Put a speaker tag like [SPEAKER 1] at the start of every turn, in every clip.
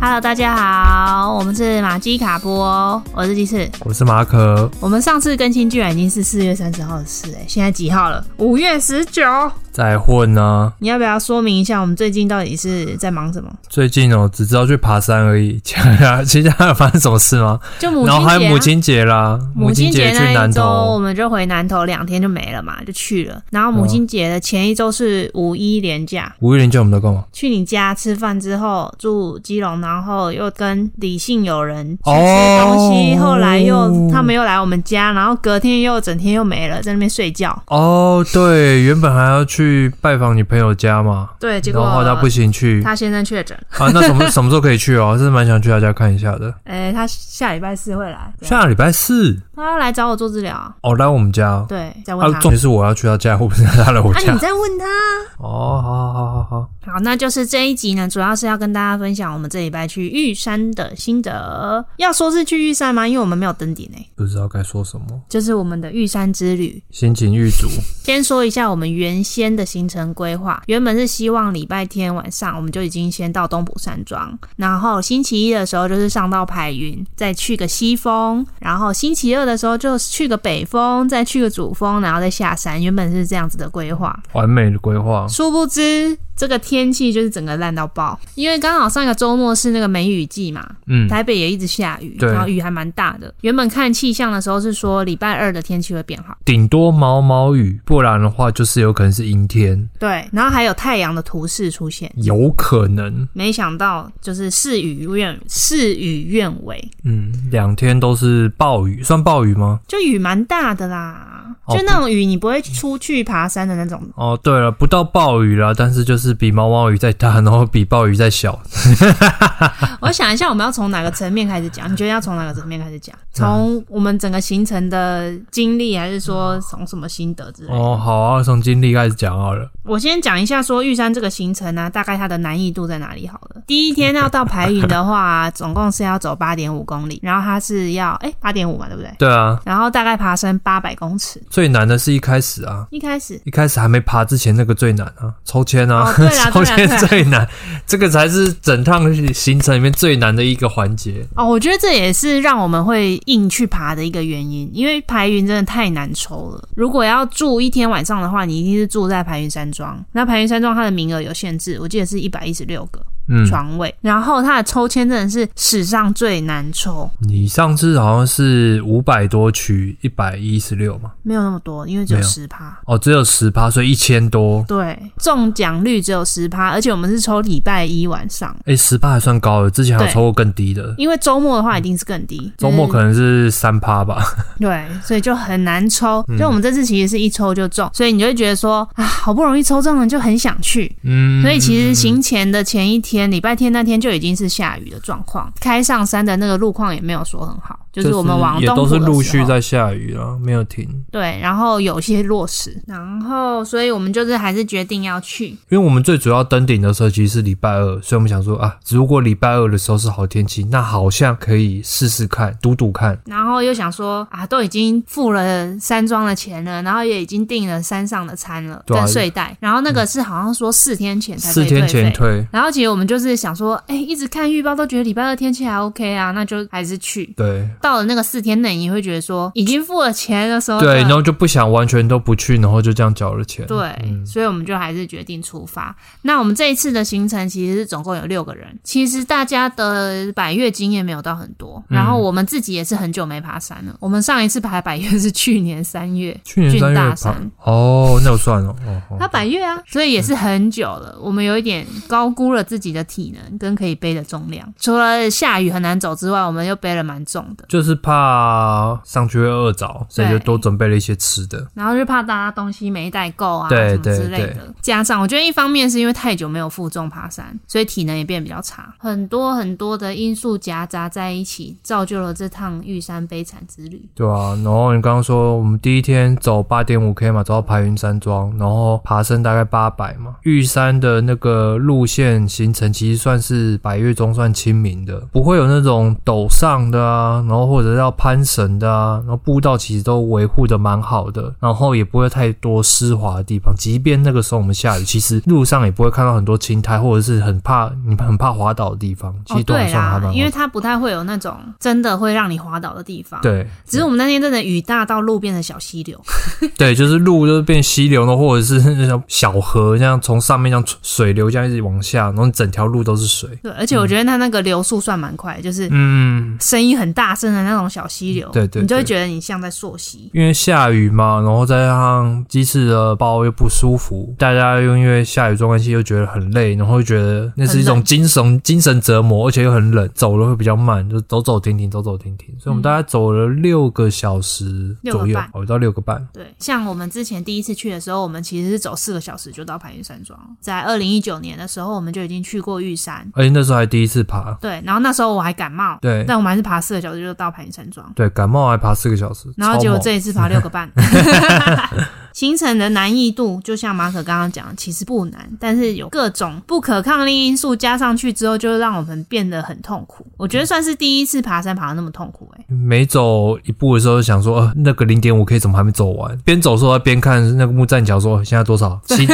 [SPEAKER 1] Hello，大家好，我们是马基卡波，我是鸡翅。
[SPEAKER 2] 我是马可，
[SPEAKER 1] 我们上次更新居然已经是四月三十号的事、哎，现在几号了？五月十九。
[SPEAKER 2] 在混啊呢、
[SPEAKER 1] 你要不要说明一下我们最近到底是在忙什么？
[SPEAKER 2] 最近哦，只知道去爬山而已， 其他其他有发生什么事吗？
[SPEAKER 1] 就母亲节、啊，
[SPEAKER 2] 然后还有母亲节啦，
[SPEAKER 1] 母亲
[SPEAKER 2] 亲
[SPEAKER 1] 节
[SPEAKER 2] 节去
[SPEAKER 1] 那一
[SPEAKER 2] 南
[SPEAKER 1] 周，我
[SPEAKER 2] 投，
[SPEAKER 1] 们就回南投两天就没了嘛，就去了。然后母亲节的前一周是五一连假，
[SPEAKER 2] 五一零九我们都干嘛？
[SPEAKER 1] 去你家吃饭之后住基隆，然后又跟李姓友人去吃
[SPEAKER 2] 哦
[SPEAKER 1] 东西，后来又他们又来我们家，然后隔天又整天又没了，在那边睡觉。
[SPEAKER 2] 哦，对，原本还要去拜访你朋友家嘛，
[SPEAKER 1] 对，结
[SPEAKER 2] 然
[SPEAKER 1] 果
[SPEAKER 2] 后他不行去
[SPEAKER 1] 他先生确诊，
[SPEAKER 2] 啊，那什么 什么时候可以去哦？是蛮想去他家看一下的，
[SPEAKER 1] 哎，他下礼拜四会来，对啊
[SPEAKER 2] 下礼拜四
[SPEAKER 1] 他要来找我做治疗啊，
[SPEAKER 2] 哦，来我们家哦。
[SPEAKER 1] 对，再
[SPEAKER 2] 啊
[SPEAKER 1] 问，他。
[SPEAKER 2] 重点是我要去他家，我不是他来我
[SPEAKER 1] 啊，
[SPEAKER 2] 家
[SPEAKER 1] 你。在问他？
[SPEAKER 2] 哦，好好好好好，
[SPEAKER 1] 好，那就是这一集呢，主要是要跟大家分享我们这礼拜去玉山的心得。要说是去玉山吗？因为我们没有登顶诶、
[SPEAKER 2] 不知道该说什么，
[SPEAKER 1] 就是我们的玉山之旅。
[SPEAKER 2] 心情郁卒。
[SPEAKER 1] 先说一下我们原先的行程规划，原本是希望礼拜天晚上我们就已经先到东埔山庄，然后星期一的时候就是上到排云，再去个西峰，然后星期二的时候就去个北峰，再去个主峰，然后再下山。原本是这样子的规划。
[SPEAKER 2] 完美的规划，
[SPEAKER 1] 殊不知这个天气就是整个烂到爆，因为刚好上个周末是那个梅雨季嘛，
[SPEAKER 2] 嗯，
[SPEAKER 1] 台北也一直下雨，
[SPEAKER 2] 对
[SPEAKER 1] 然后雨还蛮大的。原本看气象的时候是说礼拜二的天气会变好，
[SPEAKER 2] 顶多毛毛雨，不然的话就是有可能是阴天，
[SPEAKER 1] 对，然后还有太阳的图示出现。
[SPEAKER 2] 有可能，
[SPEAKER 1] 没想到就是事与愿事与愿违，
[SPEAKER 2] 嗯，两天都是暴雨，算暴雨吗？
[SPEAKER 1] 就雨蛮大的啦，
[SPEAKER 2] 哦
[SPEAKER 1] 就那种雨你不会出去爬山的那种。
[SPEAKER 2] 哦，对了，不到暴雨啦，但是就是比毛毛雨再大，然后比暴雨再小，
[SPEAKER 1] 我想一下，我们要从哪个层面开始讲？你觉得要从哪个层面开始讲？
[SPEAKER 2] 嗯
[SPEAKER 1] 从我们整个行程的经历，还是说从什么心得之类的？
[SPEAKER 2] 哦，好啊，从经历开始讲好了，
[SPEAKER 1] 我先讲一下说玉山这个行程呢、啊大概它的难易度在哪里好了。第一天要到排云的话，总共是要走八点五公里，然后它是要哎八点五嘛，对不对？
[SPEAKER 2] 对啊，
[SPEAKER 1] 然后大概爬升八百公尺。
[SPEAKER 2] 最难的是一开始啊。
[SPEAKER 1] 一开始
[SPEAKER 2] 一开始还没爬之前，那个最难啊，抽签啊，
[SPEAKER 1] 哦对 啦对
[SPEAKER 2] 抽签
[SPEAKER 1] 啦对啦
[SPEAKER 2] 最难，这个才是整趟行程里面最难的一个环节。
[SPEAKER 1] 哦，我觉得这也是让我们会硬去爬的一个原因，因为排云真的太难抽了。如果要住一天晚上的话，你一定是住在排云山庄。那排云山庄它的名额有限制，我记得是一百一十六个
[SPEAKER 2] 嗯，
[SPEAKER 1] 床位，然后它的抽签真的是史上最难抽，
[SPEAKER 2] 你上次好像是五百多取一百一十六嘛，
[SPEAKER 1] 没有那么多，因为只有
[SPEAKER 2] 没有
[SPEAKER 1] 十趴。
[SPEAKER 2] 哦，只有十趴，所以一千多。
[SPEAKER 1] 对，中奖率只有十趴，而且我们是抽礼拜一晚上，
[SPEAKER 2] 哎，十趴还算高了，之前还有
[SPEAKER 1] 对嗯
[SPEAKER 2] 抽过更低的，
[SPEAKER 1] 因为周末的话一定是更低，
[SPEAKER 2] 嗯周末
[SPEAKER 1] 就是
[SPEAKER 2] 可能是三趴吧。
[SPEAKER 1] 对，所以就很难抽。
[SPEAKER 2] 嗯
[SPEAKER 1] 所以我们这次其实是一抽就中，所以你就会觉得说啊，好不容易抽中了，就很想去。
[SPEAKER 2] 嗯，
[SPEAKER 1] 所以其实行前的前一天，礼拜天那天就已经是下雨的状况，开上山的那个路况也没有说很好，就是我们往
[SPEAKER 2] 也
[SPEAKER 1] 东
[SPEAKER 2] 都
[SPEAKER 1] 部
[SPEAKER 2] 是
[SPEAKER 1] 的
[SPEAKER 2] 陆
[SPEAKER 1] 时
[SPEAKER 2] 续
[SPEAKER 1] 候
[SPEAKER 2] 在下雨啊，没有停，
[SPEAKER 1] 对，然后有些落石，然后所以我们就是还是决定要去。
[SPEAKER 2] 因为我们最主要登顶的时候其实是礼拜二，所以我们想说啊，如果礼拜二的时候是好天气，那好像可以试试看，赌赌看。
[SPEAKER 1] 然后又想说啊，都已经付了山庄的钱了，然后也已经订了山上的餐了
[SPEAKER 2] 对啊
[SPEAKER 1] 跟睡袋，然后那个是好像说四天前才可
[SPEAKER 2] 四
[SPEAKER 1] 以退
[SPEAKER 2] 天前
[SPEAKER 1] 费。
[SPEAKER 2] 退，
[SPEAKER 1] 然后其实我们就是想说，哎，一直看预报都觉得礼拜二天气还 OK 啊，那就还是去。
[SPEAKER 2] 对
[SPEAKER 1] 到了那个四天内，你会觉得说已经付了钱的时候，
[SPEAKER 2] 对，然后就不想完全都不去，然后就这样缴了钱。
[SPEAKER 1] 对，所以我们就还是决定出发。那我们这一次的行程其实是总共有六个人，其实大家的百越经验没有到很多，然后我们自己也是很久没爬山了。我们上一次爬百越是去年三月。
[SPEAKER 2] 去年三
[SPEAKER 1] 俊大
[SPEAKER 2] 月爬
[SPEAKER 1] 山
[SPEAKER 2] 哦，那就算了哦。哦
[SPEAKER 1] 他百越啊，所以也是很久了。我们有一点高估了自己的体能跟可以背的重量。除了下雨很难走之外，我们又背了蛮重的，
[SPEAKER 2] 就是怕上去会饿着，所以就
[SPEAKER 1] 对
[SPEAKER 2] 多准备了一些吃的。
[SPEAKER 1] 然后就怕大家东西没带够啊，
[SPEAKER 2] 对
[SPEAKER 1] 什么之
[SPEAKER 2] 对
[SPEAKER 1] 类的。加上我觉得一方面是因为太久没有负重爬山，所以体能也变比较差，很多很多的因素夹杂在一起，造就了这趟玉山悲惨之旅。
[SPEAKER 2] 对啊，然后你刚刚说我们第一天走八点五 K 嘛，走到排云山庄，然后爬升大概八百嘛。玉山的那个路线行程其实算是百越中算亲民的，不会有那种陡上的啊，然后后或者要攀绳的啊，然后步道其实都维护的蛮好的，然后也不会太多湿滑的地方。即便那个时候我们下雨，其实路上也不会看到很多青苔，或者是很怕你很怕滑倒的地方，其
[SPEAKER 1] 哦
[SPEAKER 2] 实都还
[SPEAKER 1] 对
[SPEAKER 2] 算还
[SPEAKER 1] 啦
[SPEAKER 2] 蛮好。，
[SPEAKER 1] 因为它不太会有那种真的会让你滑倒的地方。，
[SPEAKER 2] 对
[SPEAKER 1] 只是我们那天真的雨大到路变成小溪流，
[SPEAKER 2] 对，就是路就是变溪流了，或者是 那种小河，这样从上面这样水流这样一直往下，然后整条路都是水。
[SPEAKER 1] 对，而且我觉得它那个流速算蛮快，就是
[SPEAKER 2] 嗯，
[SPEAKER 1] 声音很大声的那种小溪流，
[SPEAKER 2] 对对
[SPEAKER 1] 你就会
[SPEAKER 2] 对
[SPEAKER 1] 觉得你像在溯溪。
[SPEAKER 2] 因为下雨嘛，然后再加上鸡翅的包又不舒服，大家又因为下雨状关系又觉得很累，然后又觉得那是一
[SPEAKER 1] 很
[SPEAKER 2] 种
[SPEAKER 1] 冷
[SPEAKER 2] 精神精神折磨，而且又很冷，走了会比较慢，就走走停停，走走停停。所以我们大概走了六个小时
[SPEAKER 1] 嗯
[SPEAKER 2] 左
[SPEAKER 1] 六个
[SPEAKER 2] 右
[SPEAKER 1] 半，
[SPEAKER 2] 哦，到六个半。
[SPEAKER 1] 对，像我们之前第一次去的时候，我们其实是走四个小时就到盘云山庄。在二零一九年的时候，我们就已经去过玉山，
[SPEAKER 2] 而且那时候还第一次爬，
[SPEAKER 1] 对，然后那时候我还感冒，
[SPEAKER 2] 对
[SPEAKER 1] 但我们还是爬四个小时就到盘云山庄。
[SPEAKER 2] 对，感冒还爬四个小时，
[SPEAKER 1] 然后
[SPEAKER 2] 超
[SPEAKER 1] 结果
[SPEAKER 2] 猛
[SPEAKER 1] 这一次爬六个 半，行程的难易度就像马可刚刚讲，其实不难，但是有各种不可抗力因素加上去之后，就让我们变得很痛苦。我觉得算是第一次爬山爬的那么痛苦、欸，
[SPEAKER 2] 每走一步的时候想说，呃，那个零点五 K 怎么还没走完？边走的时候边看那个木栈桥，说现在 多少？七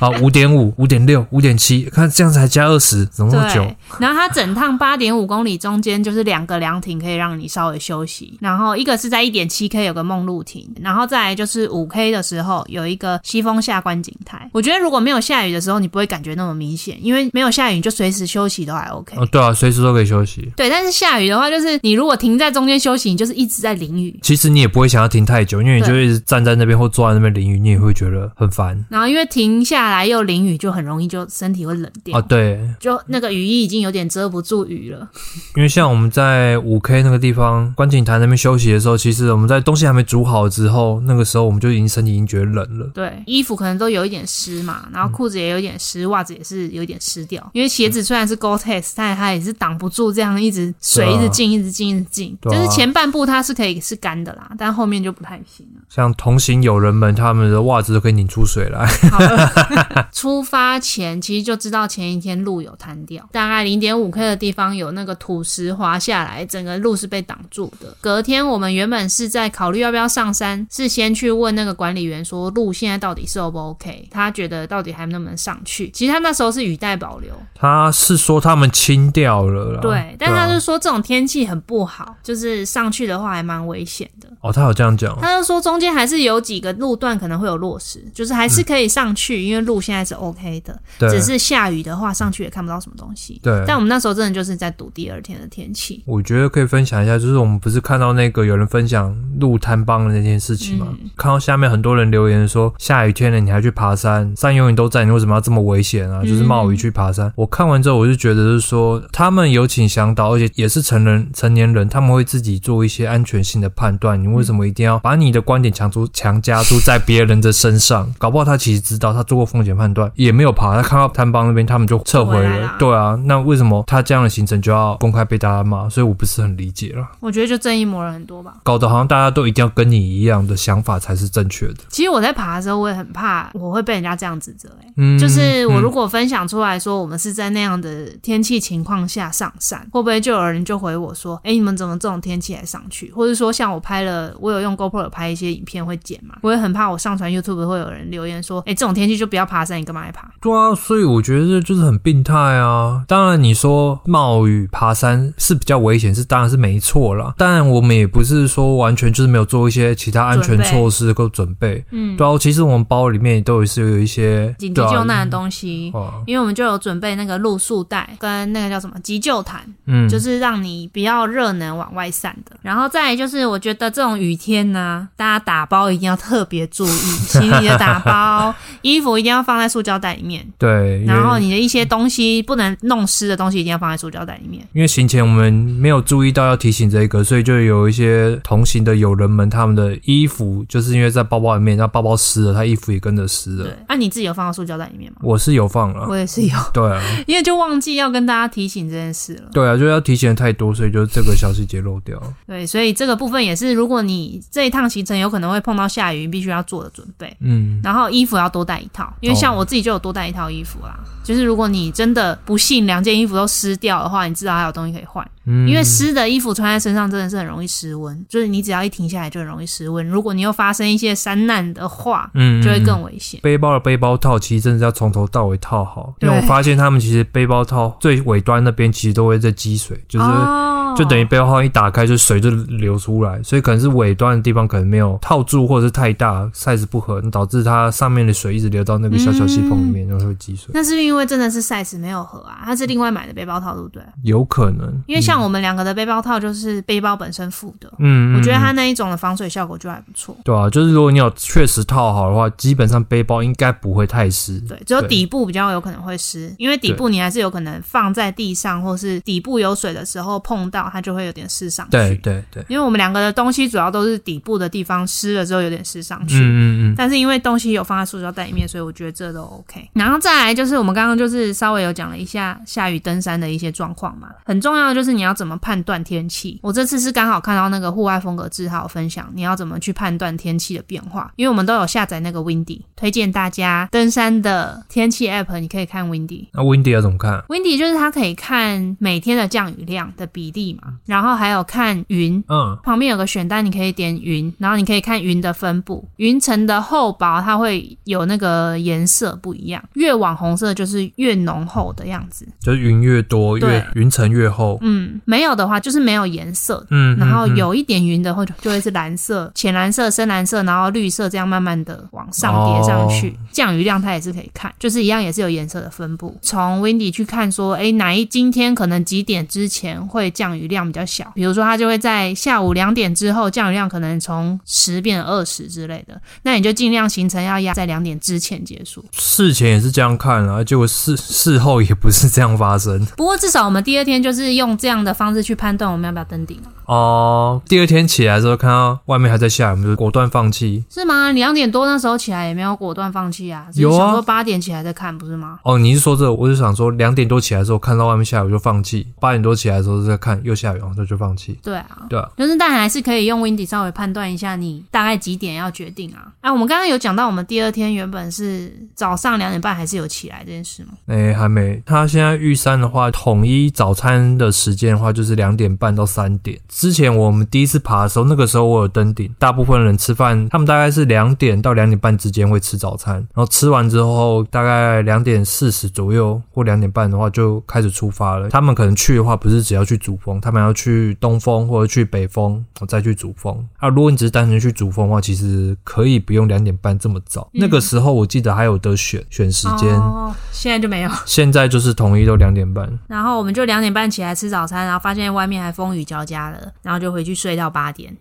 [SPEAKER 2] 啊，五点五、五点六、五点七，看这样子还加二十，怎么那么嗯久
[SPEAKER 1] 对？，然后它整趟八点五公里中间就是两个凉亭可以让你稍微休息，然后一个是在一点七 K 有个梦露亭，然后再来就是五 K 的时候有一个西风下观景台。我觉得如果没有下雨的时候，你不会感觉那么明显，因为没有下雨你就随时休息都还 OK。
[SPEAKER 2] 哦，对啊，随时都可以休息。
[SPEAKER 1] 对，但是下雨的话，就是你如果停在中间休息，你就是一直在淋雨。
[SPEAKER 2] 其实你也不会想要停太久，因为你
[SPEAKER 1] 对
[SPEAKER 2] 就一直站在那边或坐在那边淋雨，你也会觉得很烦
[SPEAKER 1] 然后因为停下来又淋雨，就很容易就身体会冷掉，
[SPEAKER 2] 啊。对，
[SPEAKER 1] 就那个雨衣已经有点遮不住雨了。
[SPEAKER 2] 因为像我们在五 K 那个地方观景台那边休息的时候，其实我们在东西还没煮好之后，那个时候我们就已经身体已经觉得冷了。
[SPEAKER 1] 对，衣服可能都有一点湿嘛，
[SPEAKER 2] 嗯
[SPEAKER 1] 然后裤子也有点湿，袜子也是有点湿掉。因为鞋子虽然是 Gore-Tex，但它也是挡不住这样一直水
[SPEAKER 2] 嗯对啊
[SPEAKER 1] 一直进、一直进、一直进。
[SPEAKER 2] 对
[SPEAKER 1] 就
[SPEAKER 2] 啊
[SPEAKER 1] 是前半部它是可以是干的啦，但后面就不太行了。
[SPEAKER 2] 像同行友人们，他们的袜子都可以拧出水来。
[SPEAKER 1] 好了， 出发前其实就知道前一天路有瘫掉，大概零点五 K 的地方有那个土石滑下来，整个路是被挡住的。隔天我们原本是在考虑要不要上山，是先去问那个管理员说路现在到底是 O 不 OK，他觉得到底还能不能上去。其实他那时候是雨带保留，
[SPEAKER 2] 他是说他们清掉了啦，
[SPEAKER 1] 对，但
[SPEAKER 2] 啊
[SPEAKER 1] 他就说这种天气很不好，就是上去的话还蛮危险的。
[SPEAKER 2] 哦，他有这样讲哦，
[SPEAKER 1] 他就说中间还是有几个路段可能会有落石，就是还是可以上去，因为路现在是 OK 的。
[SPEAKER 2] 对，
[SPEAKER 1] 只是下雨的话，上去也看不到什么东西。
[SPEAKER 2] 对
[SPEAKER 1] 但我们那时候真的就是在赌第二天的天气。
[SPEAKER 2] 我觉得可以分享一下，就是我们不是看到那个有人分享路摊帮的那件事情吗？看到下面很多人留言说，下雨天了你还去爬山，山永远都在，你为什么要这么危险啊？就是冒雨去爬山。我看完之后，我就觉得是说，他们有请向导，而且也是成人成年人，他们会自己做一些安全性的判断。你为什么一定要把你的观点强出强加出在别人的身上？搞不好他其实知道，他做过风险判断，也没有爬，他看到摊帮那边，他们就撤回
[SPEAKER 1] 回来啦
[SPEAKER 2] 了。对啊，那为什么他这样的行程就要公开被大家骂？所以我不是很理解了，
[SPEAKER 1] 我觉得就正义魔人很多吧。
[SPEAKER 2] 搞得好像大家都一定要跟你一样的想法才是正确的。
[SPEAKER 1] 其实我在爬的时候，我也很怕我会被人家这样指责、欸。
[SPEAKER 2] 嗯，
[SPEAKER 1] 就是我如
[SPEAKER 2] 嗯
[SPEAKER 1] 果分享出来说我们是在那样的天气情况下上山，会不会就有人就回我说：“哎、你们怎么这种天气还上去？”或者说像我拍了，我有用 GoPro 有拍一些影片会剪嘛，我也很怕我上传 YouTube 会有人留言说：“哎、这种天气就不要爬山，你干嘛还爬
[SPEAKER 2] 对啊，所以我觉得这就是很病态啊。当然，你说冒雨爬山是比较危险，是当然是没错啦。但我们也不是说完全就是没有做一些其他安全
[SPEAKER 1] 准备
[SPEAKER 2] 措施跟准备。？”
[SPEAKER 1] 嗯，
[SPEAKER 2] 对啊，其实我们包里面也都是有一些
[SPEAKER 1] 紧急
[SPEAKER 2] 对啊
[SPEAKER 1] 救难的东西。
[SPEAKER 2] 哦，
[SPEAKER 1] 因为我们就有准备那个露宿袋跟那个叫什么急救毯，
[SPEAKER 2] 嗯，
[SPEAKER 1] 就是让你不要热能往外散的。然后再来就是，我觉得这种雨天呢、大家打包一定要特别注意， 行李的打包，衣服一定要放在塑胶袋里面，
[SPEAKER 2] 对，因为
[SPEAKER 1] 然后你的一些东西不能弄湿的东西一定要放在塑胶袋里面。
[SPEAKER 2] 因为行前我们没有注意到要提醒这个，所以就有一些同行的友人们，他们的衣服就是因为在包包里面，那包包湿了，他衣服也跟着湿
[SPEAKER 1] 对
[SPEAKER 2] 了。，
[SPEAKER 1] 啊，你自己有放到塑胶袋里面吗？
[SPEAKER 2] 我是有放了，
[SPEAKER 1] 我也是有，
[SPEAKER 2] 对啊，
[SPEAKER 1] 因为就忘记要跟大家提醒这件事了。
[SPEAKER 2] 对啊，就要提 醒的太多，所以就这个小细节漏掉。
[SPEAKER 1] 对，所以这个部分也是，如果你这一趟行程有可可能会碰到下雨，必须要做的准备。
[SPEAKER 2] 嗯，
[SPEAKER 1] 然后衣服要多带一套，
[SPEAKER 2] 哦
[SPEAKER 1] 因为像我自己就有多带一套衣服啦。就是如果你真的不幸两件衣服都湿掉的话，你至少还有东西可以换。
[SPEAKER 2] 嗯
[SPEAKER 1] 因为湿的衣服穿在身上真的是很容易失温，就是你只要一停下来就很容易失温。如果你又发生一些山难的话，
[SPEAKER 2] 嗯
[SPEAKER 1] 就会
[SPEAKER 2] 嗯
[SPEAKER 1] 更危险。
[SPEAKER 2] 背包的背包套其实真的是要从头到尾套好，因为我
[SPEAKER 1] 对
[SPEAKER 2] 发现他们其实背包套最尾端那边其实都会在积水，就是、
[SPEAKER 1] 哦
[SPEAKER 2] 就等于背包套一打开就水就流出来，所以可能是尾端的地方可能没有套住或者是太大 size 不合，导致它上面的水一直流到那个小小细缝里面，然后会积水，
[SPEAKER 1] 那是因为真的是 size 没有合啊，它是另外买的背包套，对不对？
[SPEAKER 2] 有可能。
[SPEAKER 1] 因为像我们两个的背包套就是背包本身附的，
[SPEAKER 2] 嗯，嗯
[SPEAKER 1] 我觉得它
[SPEAKER 2] 嗯
[SPEAKER 1] 那一种的防水效果就还不错。
[SPEAKER 2] 对啊，就是如果你有确实套好的话，基本上背包应该不会太湿。
[SPEAKER 1] 对，只有
[SPEAKER 2] 对
[SPEAKER 1] 底部比较有可能会湿，因为底部你还是有可能放在地上，或是底部有水的时候碰到，它就会有点湿上去。
[SPEAKER 2] 对，对对，
[SPEAKER 1] 因为我们两个的东西主要都是底部的地方湿了之后有点湿上去。
[SPEAKER 2] 嗯嗯嗯，
[SPEAKER 1] 但是因为东西有放在塑胶袋里面，所以我觉得这都 OK。然后再来就是我们刚刚就是稍微有讲了一下下雨登山的一些状况嘛，很重要的就是你要怎么判断天气。我这次是刚好看到那个户外风格志号分享，你要怎么去判断天气的变化，因为我们都有下载那个 Windy，推荐大家登山的天气 App，你可以看 Windy。
[SPEAKER 2] 那 Windy 要怎么看？
[SPEAKER 1] Windy 就是它可以看每天的降雨量的比例嘛，然后还有看云
[SPEAKER 2] 嗯
[SPEAKER 1] 旁边有个选单，你可以点云，然后你可以看云的分布，云层的厚薄它会有那个颜色不一样，越往红色就是越浓厚的样子，
[SPEAKER 2] 就是云越多，越云层越厚。
[SPEAKER 1] 嗯，没有的话就是没有颜色。
[SPEAKER 2] 嗯，
[SPEAKER 1] 然后
[SPEAKER 2] 嗯嗯
[SPEAKER 1] 有一点云的会就会是蓝色、浅蓝色、深蓝色，然后绿色这样慢慢的往上叠上去。降雨量它也是可以看，就是一样也是有颜色的分布。从 Windy 去看说，诶，哪一今天可能几点之前会降雨量比较小？比如说它就会在下午两点之后降雨量可能从十变二十之类的，那你就尽量行程要压在两点之前结束。
[SPEAKER 2] 事前也是这样看啊，结果事事后也不是这样发生
[SPEAKER 1] 不过至少我们第二天就是用这样的方式去判断我们要不要登顶啊，
[SPEAKER 2] 哦、第二天起来的时候，看到外面还在下雨，我们就果断放弃。
[SPEAKER 1] 是吗？你两点多那时候起来也没有果断放弃啊，只是
[SPEAKER 2] 有啊
[SPEAKER 1] 想说八点起来再看，不是吗？
[SPEAKER 2] 哦，你是说这个？我是想说，两点多起来的时候看到外面下雨就放弃，八点多起来的时候再看又下雨，然后就放弃。
[SPEAKER 1] 对啊。
[SPEAKER 2] 对啊，
[SPEAKER 1] 就是，但还是可以用 Windy 稍微判断一下你大概几点要决定啊？哎、我们刚刚有讲到，我们第二天原本是早上两点半还是有起来这件事吗？
[SPEAKER 2] 哎，还没。他现在玉山的话，统一早餐的时间的话，就是两点半到三点。之前我们第一次爬的时候，那个时候我有登顶，大部分人吃饭，他们大概是两点到两点半之间会吃早餐，然后吃完之后，大概两点四十左右或两点半的话就开始出发了。他们可能去的话，不是只要去主峰，他们要去东峰或者去北峰，再去主峰。啊，如果你只是单纯去主峰的话，其实可以不用两点半这么早。那个时候我记得还有得选选时间。
[SPEAKER 1] 哦，现在就没有。
[SPEAKER 2] 现在就是统一都两点半，
[SPEAKER 1] 然后我们就两点半起来吃早餐，然后发现外面还风雨交加了，然后就回去睡到八 点。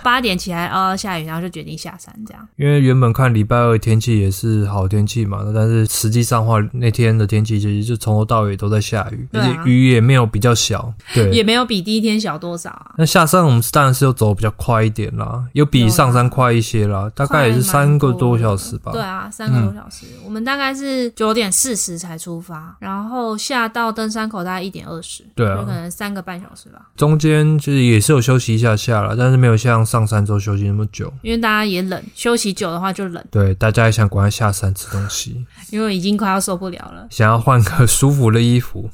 [SPEAKER 1] 八点起来，呃，下雨，然后就决定下山这样。
[SPEAKER 2] 因为原本看礼拜二天气也是好天气嘛，但是实际上的话那天的天气其实就从头到尾都在下雨，
[SPEAKER 1] 对
[SPEAKER 2] 而
[SPEAKER 1] 啊
[SPEAKER 2] 且雨也没有比较小，
[SPEAKER 1] 也
[SPEAKER 2] 对。
[SPEAKER 1] 没有比第一天小多少啊。
[SPEAKER 2] 那下山我们当然是要走比较快一点啦，有比上山快一些
[SPEAKER 1] 啊
[SPEAKER 2] 啦，大概也
[SPEAKER 1] 快
[SPEAKER 2] 是
[SPEAKER 1] 蛮
[SPEAKER 2] 三个
[SPEAKER 1] 多
[SPEAKER 2] 多
[SPEAKER 1] 的
[SPEAKER 2] 小时吧。嗯
[SPEAKER 1] 对啊，三个多小时，我们大概是九点四十才出发，然后下到登山口大概一点二十，
[SPEAKER 2] 对啊
[SPEAKER 1] 就可能三个半小时吧，
[SPEAKER 2] 中间其实也是有休息一下下啦，但是没有像上山之后休息那么久。
[SPEAKER 1] 因为大家也冷，休息久的话就冷，
[SPEAKER 2] 对，大家也想赶快下山吃东西，
[SPEAKER 1] 因为已经快要受不了了。
[SPEAKER 2] 想要换个 舒服的衣服。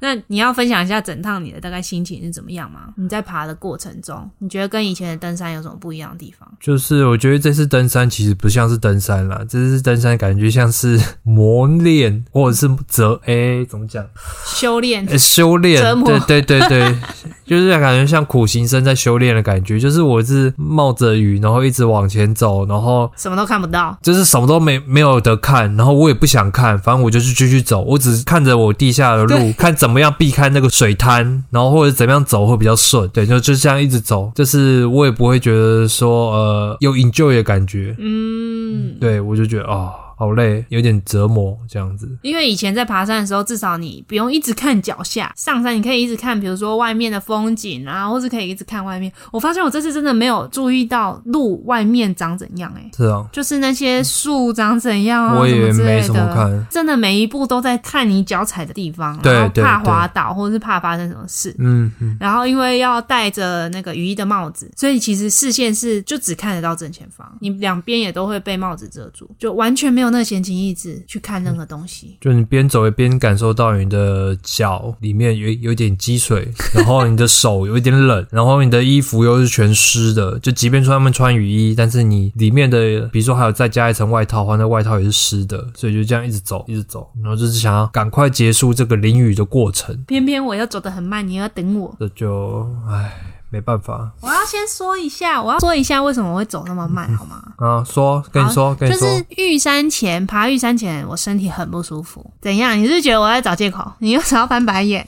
[SPEAKER 1] 那你要分享一下整趟你的大概心情是怎么样吗？你在爬的过程中，你觉得跟以前的登山有什么不一样的地方？
[SPEAKER 2] 就是我觉得这次登山其实不像是登山啦，这次登山感觉像是 磨练或者是折诶、怎么讲、
[SPEAKER 1] 修炼
[SPEAKER 2] 诶修炼
[SPEAKER 1] 折，磨
[SPEAKER 2] 对对对对， 就是感觉像苦行僧在修炼的感觉。就是我是冒着雨，然后一直往前走，然后
[SPEAKER 1] 什么都看不到，
[SPEAKER 2] 就是什么都没没有得看，然后我也不想看，反正我就是继续走，我只是看着我地下的路，看怎么样避开那个水滩，然后或者怎么样走会比较顺，对，就就这样一直走，就是我也不会觉得说呃有 enjoy 的感觉，
[SPEAKER 1] 嗯，
[SPEAKER 2] 对我就觉得哦。好累，有点折磨这样子。
[SPEAKER 1] 因为以前在爬山的时候，至少你不用一直看脚下，上山你可以一直看，比如说外面的风景啊，或是可以一直看外面。我发现我这次真的没有注意到路外面长怎样、欸，诶，
[SPEAKER 2] 是啊，
[SPEAKER 1] 就是那些树长怎样啊，
[SPEAKER 2] 我
[SPEAKER 1] 什
[SPEAKER 2] 也
[SPEAKER 1] 么之类
[SPEAKER 2] 没
[SPEAKER 1] 的
[SPEAKER 2] 什么看。
[SPEAKER 1] 真的每一步都在看你脚踩的地方，
[SPEAKER 2] 对
[SPEAKER 1] 然后
[SPEAKER 2] 对
[SPEAKER 1] 怕
[SPEAKER 2] 对
[SPEAKER 1] 滑倒或者是怕发生什么事。
[SPEAKER 2] 嗯嗯，
[SPEAKER 1] 然后因为要戴着那个雨衣的帽子，所以其实视线是就只看得到正前方，你两边也都会被帽子遮住，就完全没有那个闲情逸致去看任何东西。
[SPEAKER 2] 就你边走也边感受到你的脚里面有有点积水，然后你的手有一点冷，然后你的衣服又是全湿的。就即便说他们穿雨衣，但是你里面的，比如说还有再加一层外套的话，那外套也是湿的，所以就这样一直走，一直走，然后就是想要赶快结束这个淋雨的过程。
[SPEAKER 1] 偏偏我要走得很慢，你要等我。
[SPEAKER 2] 这就唉，没办法
[SPEAKER 1] 我要先说一下，我要说一下为什么我会走那么慢，好吗？
[SPEAKER 2] 啊。说，跟你说，跟你
[SPEAKER 1] 就
[SPEAKER 2] 说，
[SPEAKER 1] 是玉山前爬玉山前，我身体很不舒服。怎样？你是觉得我在找借口？你又想要翻白 眼？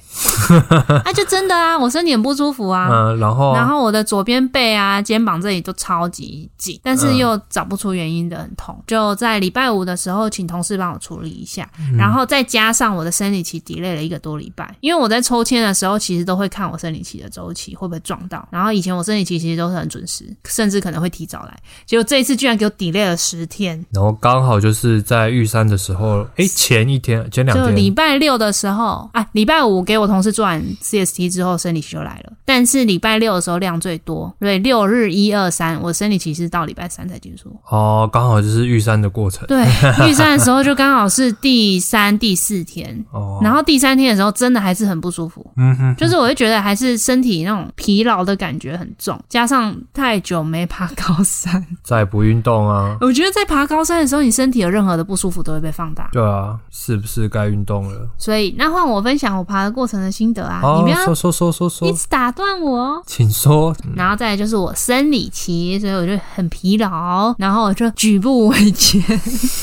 [SPEAKER 1] 啊，就真的啊，我身体很不舒服啊。
[SPEAKER 2] 嗯，然后啊
[SPEAKER 1] 然后我的左边背啊、肩膀这里都超级紧，但是
[SPEAKER 2] 嗯
[SPEAKER 1] 又找不出原因的很痛。就在礼拜五的时候，请同事帮我处理一下，
[SPEAKER 2] 嗯
[SPEAKER 1] 然后再加上我的生理期 delay 了一个多礼拜，因为我在抽签的时候其实都会看我生理期的周期会不会撞到。然后以前我生理期其实都是很准时，甚至可能会提早来，结果这一次居然给我 delay 了十天。
[SPEAKER 2] 然后刚好就是在玉山的时候，诶，前一天、前两
[SPEAKER 1] 就礼
[SPEAKER 2] 天，
[SPEAKER 1] 拜六的时候，啊，礼拜五给我同事做完 CST 之后，生理期就来了。但是礼拜六的时候量最多，所以六日一二三，我生理期是到礼拜三才结 束。
[SPEAKER 2] 哦，刚好就是玉山的过程，
[SPEAKER 1] 对，预算的时候就刚好是第三、第四天，
[SPEAKER 2] 哦，
[SPEAKER 1] 然后第三天的时候真的还是很不舒服，
[SPEAKER 2] 嗯哼，
[SPEAKER 1] 就是我会觉得还是身体那种疲劳的感觉很重，加上太久没爬高山，
[SPEAKER 2] 再也不运动啊，
[SPEAKER 1] 我觉得在爬高山的时候，你身体有任何的不舒服都会被放大。
[SPEAKER 2] 对啊，是不是该运动了？
[SPEAKER 1] 所以那换我分享我爬的过程的心得啊，你
[SPEAKER 2] 哦
[SPEAKER 1] 不，要
[SPEAKER 2] 说说说说说
[SPEAKER 1] 一，直打断我哦。
[SPEAKER 2] 请说，
[SPEAKER 1] 然后再来就是我生理期，所以我就很疲劳，然后我就举步维艰。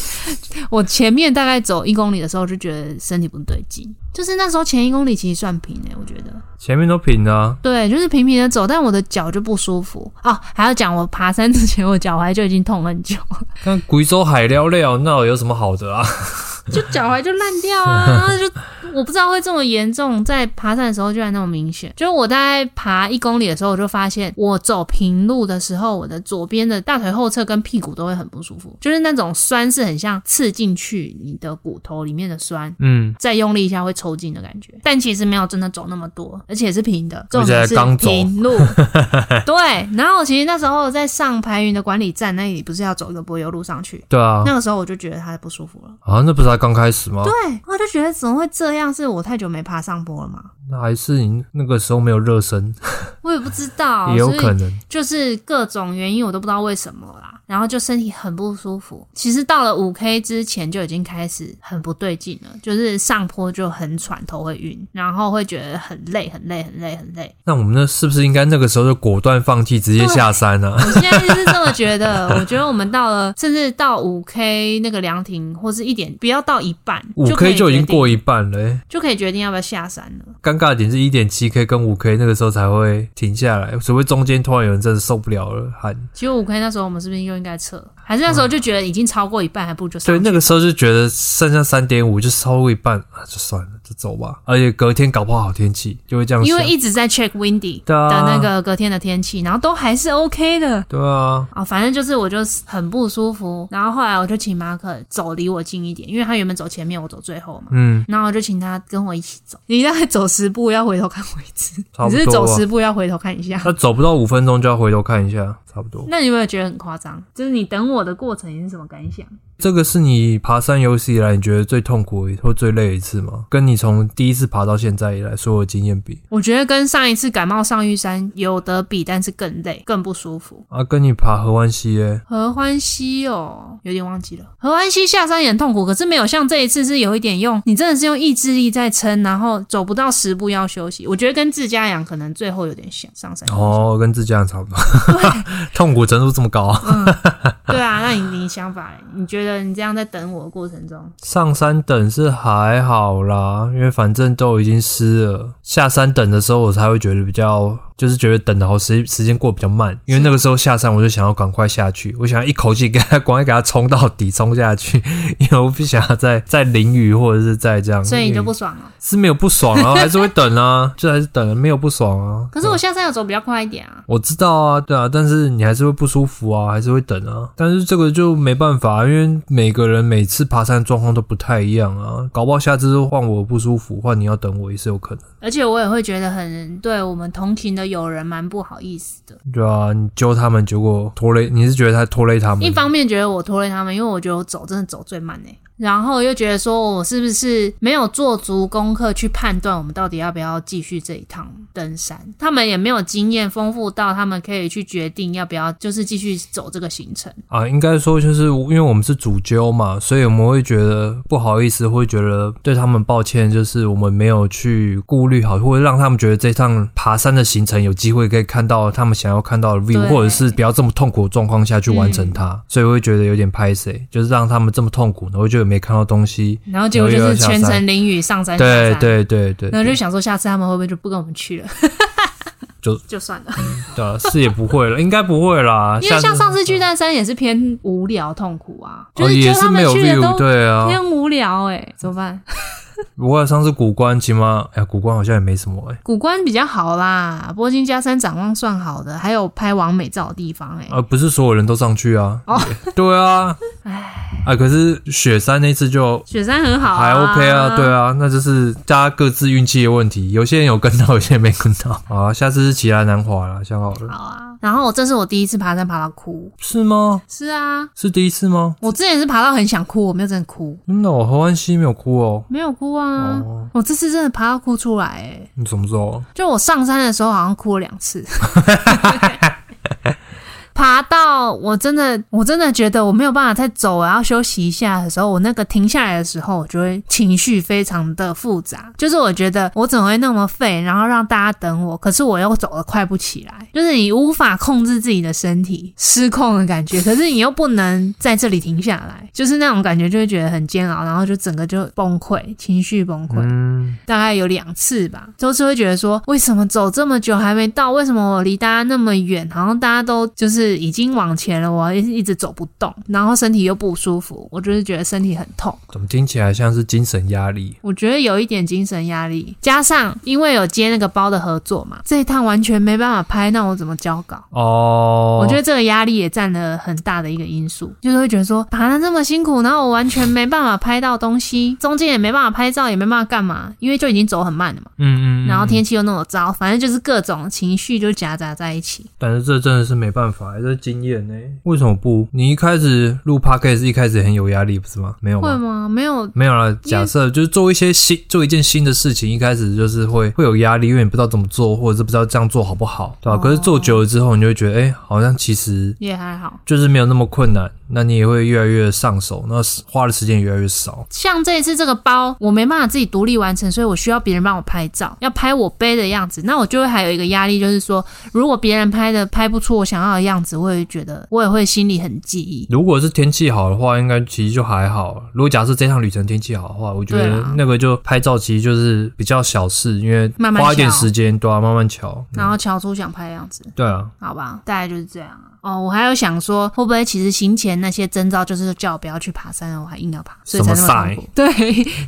[SPEAKER 1] 我前面大概走一公里的时候，就觉得身体不对劲，就是那时候前一公里其实算平诶、我觉得
[SPEAKER 2] 前面都平了啊，
[SPEAKER 1] 对，就是平平的走，但我的脚就不舒服哦。还要讲我爬山之前，我脚踝就已经痛很久，
[SPEAKER 2] 看贵州海料料，那有什么好的啊？
[SPEAKER 1] 就脚踝就烂掉啊， 然后就我不知道会这么严重，在爬山的时候居然那么明显。就是我大概爬一公里的时候，我就发现我走平路的时候，我的左边的大腿后侧跟屁股都会很不舒服，就是那种酸是很像刺进去你的骨头里面的酸。
[SPEAKER 2] 嗯，
[SPEAKER 1] 再用力一下会抽筋的感觉，但其实没有真的走那么多，而且是平的，
[SPEAKER 2] 而
[SPEAKER 1] 重
[SPEAKER 2] 且
[SPEAKER 1] 点
[SPEAKER 2] 还
[SPEAKER 1] 是
[SPEAKER 2] 刚走
[SPEAKER 1] 平 路。对，然后其实那时候在上排云的管理站那里，不是要走一个柏油路上去，
[SPEAKER 2] 对啊，
[SPEAKER 1] 那个时候我就觉得它不舒服了。
[SPEAKER 2] 啊，那不是才刚开始吗？
[SPEAKER 1] 对，我就觉得怎么会这样？是我太久没爬上坡了吗？
[SPEAKER 2] 那还是你那个时候没有热身，
[SPEAKER 1] 我也不知道，
[SPEAKER 2] 也有
[SPEAKER 1] 所
[SPEAKER 2] 可
[SPEAKER 1] 以
[SPEAKER 2] 能，
[SPEAKER 1] 就是各种原因，我都不知道为什么啦。然后就身体很不舒服，其实到了五 K 之前就已经开始很不对劲了，就是上坡就很喘，头会晕，然后会觉得很累，很累，很累，很累。
[SPEAKER 2] 那我们那是不是应该那个时候就果断放弃，直接
[SPEAKER 1] 对
[SPEAKER 2] 下山啊呢？
[SPEAKER 1] 我现在就是这么觉得，我觉得我们到了，甚至到五 K 那个凉亭或是一点，不要到一半，
[SPEAKER 2] 五
[SPEAKER 1] 可
[SPEAKER 2] K
[SPEAKER 1] 以
[SPEAKER 2] 就已
[SPEAKER 1] 决
[SPEAKER 2] 经
[SPEAKER 1] 定
[SPEAKER 2] 过一半了、欸，
[SPEAKER 1] 就可以决定要不要下山了。
[SPEAKER 2] 尴尬的点是一点七 K 跟五 K 那个时候才会停下来，除非中间突然有人真的受不了了喊。
[SPEAKER 1] 其实五 K 那时候我们是不是又应该撤？还是那时候就觉得已经超过一半，还不如就上
[SPEAKER 2] 对，
[SPEAKER 1] 去
[SPEAKER 2] 那个时候就觉得剩下三点五就超过一半啊，就算了，就走吧。而且隔天搞不好好天气就会这样想。
[SPEAKER 1] 因为一直在 check windy
[SPEAKER 2] 对啊
[SPEAKER 1] 的那个隔天的天气，然后都还是 OK 的。
[SPEAKER 2] 对啊，
[SPEAKER 1] 啊、反正就是我就很不舒服，然后后来我就请马可走离我近一点，因为他原本走前面，我走最后嘛，
[SPEAKER 2] 嗯，
[SPEAKER 1] 然后我就请他跟我一起走，你大概走十步要回头看我一次，
[SPEAKER 2] 差不
[SPEAKER 1] 你是
[SPEAKER 2] 多
[SPEAKER 1] 走
[SPEAKER 2] 吧
[SPEAKER 1] 十步要回头看一下。
[SPEAKER 2] 那走不到五分钟就要回头看一下，差不多。
[SPEAKER 1] 那你有没有觉得很夸张？就是你等我的过程你是什么感想？
[SPEAKER 2] 这个是你爬山有史以来你觉得最痛苦或最累的一次吗？跟你从第一次爬到现在以来所有经验比
[SPEAKER 1] 我觉得跟上一次感冒上玉山有得比，但是更累，更不舒服。
[SPEAKER 2] 啊，跟你爬合欢溪耶、
[SPEAKER 1] 合欢溪哦，有点忘记了。合欢溪下山也很痛苦，可是没有像这一次是有一点用，你真的是用意志力在撑，然后走不到十步要休息。我觉得跟自家养可能最后有点像上山。
[SPEAKER 2] 哦，跟自驾差不多， 痛苦程度这么高啊、
[SPEAKER 1] 对啊，那你你想法嘞，你觉得你这样在等我的过程中，
[SPEAKER 2] 上山等是还好啦，因为反正都已经湿了，下山等的时候，我才会觉得比较，就是觉得等的好时时间过得比较慢，因为那个时候下山，我就想要赶快下去，我想要一口气给他赶快给他冲到底，冲下去，因为我不想要再 再淋雨或者是再这样，
[SPEAKER 1] 所以你
[SPEAKER 2] 因为
[SPEAKER 1] 就不爽了。
[SPEAKER 2] 是没有不爽啊，还是会等啊， 就还是等，没有不爽啊。
[SPEAKER 1] 可是我下山有走比较快一点啊。
[SPEAKER 2] 我知道啊，对啊，但是你还是会不舒服啊，还是会等啊。但是这个就没办法，因为每个人每次爬山的状况都不太一样啊，搞不好下次换我不舒服，换你要等我也是有可能，
[SPEAKER 1] 而且我也会觉得很对我们同行的友人蛮不好意思的。
[SPEAKER 2] 对啊，你揪他们，结果拖累，你是觉得他拖累他们
[SPEAKER 1] 一？方面觉得我拖累他们，因为我觉得我走真的走最慢呢、然后又觉得说我是不是没有做足功课去判断我们到底要不要继续这一趟登山？他们也没有经验丰富到他们可以去决定要不要就是继续走这个行程。
[SPEAKER 2] 啊，应该说就是因为我们是主揪嘛，所以我们会觉得不好意思，会觉得对他们抱歉，就是我们没有去顾虑好，或者让他们觉得这趟爬山的行程有机会可以看到他们想要看到的 view，
[SPEAKER 1] 对嗯
[SPEAKER 2] 或者是不要这么痛苦的状况下去完成它，所以会觉得有点拍谁，就是让他们这么痛苦，然后就没看到东西。
[SPEAKER 1] 然后结果就
[SPEAKER 2] 然后又
[SPEAKER 1] 是
[SPEAKER 2] 要下山
[SPEAKER 1] 全程淋雨上山下
[SPEAKER 2] 对
[SPEAKER 1] 山，
[SPEAKER 2] 对对对，
[SPEAKER 1] 然后就想说下次他们会不会就不跟我们去了？
[SPEAKER 2] 就啊
[SPEAKER 1] 就算了，
[SPEAKER 2] 对啊，是也不会了，应该不会啦。
[SPEAKER 1] 因为
[SPEAKER 2] 下
[SPEAKER 1] 像
[SPEAKER 2] 次
[SPEAKER 1] 上次巨蛋山也是偏无聊痛苦啊，就
[SPEAKER 2] 哦
[SPEAKER 1] 是
[SPEAKER 2] 也
[SPEAKER 1] 就是他们
[SPEAKER 2] 没有
[SPEAKER 1] 去的
[SPEAKER 2] view，
[SPEAKER 1] 都
[SPEAKER 2] 对啊，
[SPEAKER 1] 偏无聊哎、怎么办？
[SPEAKER 2] 不过上次古关起码，哎呀，古关好像也没什么哎、
[SPEAKER 1] 古关比较好啦，波金加山展望算好的，还有拍完美照的地方哎、
[SPEAKER 2] 呃，不是所有人都上去啊。
[SPEAKER 1] 哦
[SPEAKER 2] 也对啊，哎，可是雪山那次就
[SPEAKER 1] 雪山很好、
[SPEAKER 2] 还 OK 啊，对，啊，那就是大家各自运气的问题，有些人有跟到，有些人没跟到。 好啊，下次是奇来南华啦，想好了。
[SPEAKER 1] 好啊。然后这是我第一次爬山爬到哭，
[SPEAKER 2] 是吗？
[SPEAKER 1] 是啊，
[SPEAKER 2] 是第一次吗？
[SPEAKER 1] 我之前是爬到很想哭，我没有真的哭，
[SPEAKER 2] 真的、哦，何安西没有哭哦。
[SPEAKER 1] 没有哭啊，
[SPEAKER 2] 哦，
[SPEAKER 1] 我这次真的爬到哭出来哎、
[SPEAKER 2] 你什么时候？
[SPEAKER 1] 就我上山的时候好像哭了两次。 爬到我真的，我真的觉得我没有办法再走，我要休息一下的时候，我那个停下来的时候，我就会情绪非常的复杂。就是我觉得我怎么会那么废，然后让大家等我，可是我又走得快不起来，就是你无法控制自己的身体失控的感觉，可是你又不能在这里停下来，就是那种感觉就会觉得很煎熬，然后就整个就崩溃，情绪崩溃。
[SPEAKER 2] 嗯，
[SPEAKER 1] 大概有两次吧，都是会觉得说，为什么走这么久还没到？为什么我离大家那么远？好像大家都就是已经往前了，我一一直走不动，然后身体又不舒服，我就是觉得身体很痛。
[SPEAKER 2] 怎么听起来像是精神压力？
[SPEAKER 1] 我觉得有一点精神压力，加上因为有接那个包的合作嘛，这一趟完全没办法拍，那我怎么交稿？
[SPEAKER 2] 哦，
[SPEAKER 1] 我觉得这个压力也占了很大的一个因素，就是会觉得说爬的这么辛苦，然后我完全没办法拍到东西，中间也没办法拍照，也没办法干嘛，因为就已经走很慢了嘛。
[SPEAKER 2] 嗯，嗯嗯，
[SPEAKER 1] 然后天气又那么糟，反正就是各种情绪就夹杂在一起。
[SPEAKER 2] 但是这真的是没办法，这是经验呢。为什么不？你一开始录 podcast 一开始很有压力，不是吗？没有
[SPEAKER 1] 会
[SPEAKER 2] 吗？
[SPEAKER 1] 吗？没有，
[SPEAKER 2] 没有啦。假设就是做一些新做一件新的事情，一开始就是会会有压力，因为你不知道怎么做，或者是不知道这样做好不好，对吧、
[SPEAKER 1] 哦
[SPEAKER 2] 可是做久了之后，你就会觉得，哎、好像其实
[SPEAKER 1] 也还好。
[SPEAKER 2] 就是没有那么困难，那你也会越来越上手，那花的时间也越来越少。
[SPEAKER 1] 像这一次这个包，我没办法自己独立完成，所以我需要别人帮我拍照，要拍我背的样子。那我就会还有一个压力，就是说，如果别人拍的拍不出我想要的样子，我也觉得我也会心里很介意。
[SPEAKER 2] 如果是天气好的话，应该其实就还好。如果假设这趟旅程天气好的话，我觉
[SPEAKER 1] 对
[SPEAKER 2] 得
[SPEAKER 1] 啊
[SPEAKER 2] 那个就拍照其实就是比较小事，因为
[SPEAKER 1] 慢慢哦
[SPEAKER 2] 花一点
[SPEAKER 1] 瞧
[SPEAKER 2] 时间，对啊，慢慢瞧。
[SPEAKER 1] 然后瞧出想拍的样子，
[SPEAKER 2] 对啊，
[SPEAKER 1] 好吧，大概就是这样啊。哦，我还有想说，会不会其实行前那些征兆就是叫我不要去爬山，我还硬要爬，所以才那
[SPEAKER 2] 什么
[SPEAKER 1] 么痛苦。 对，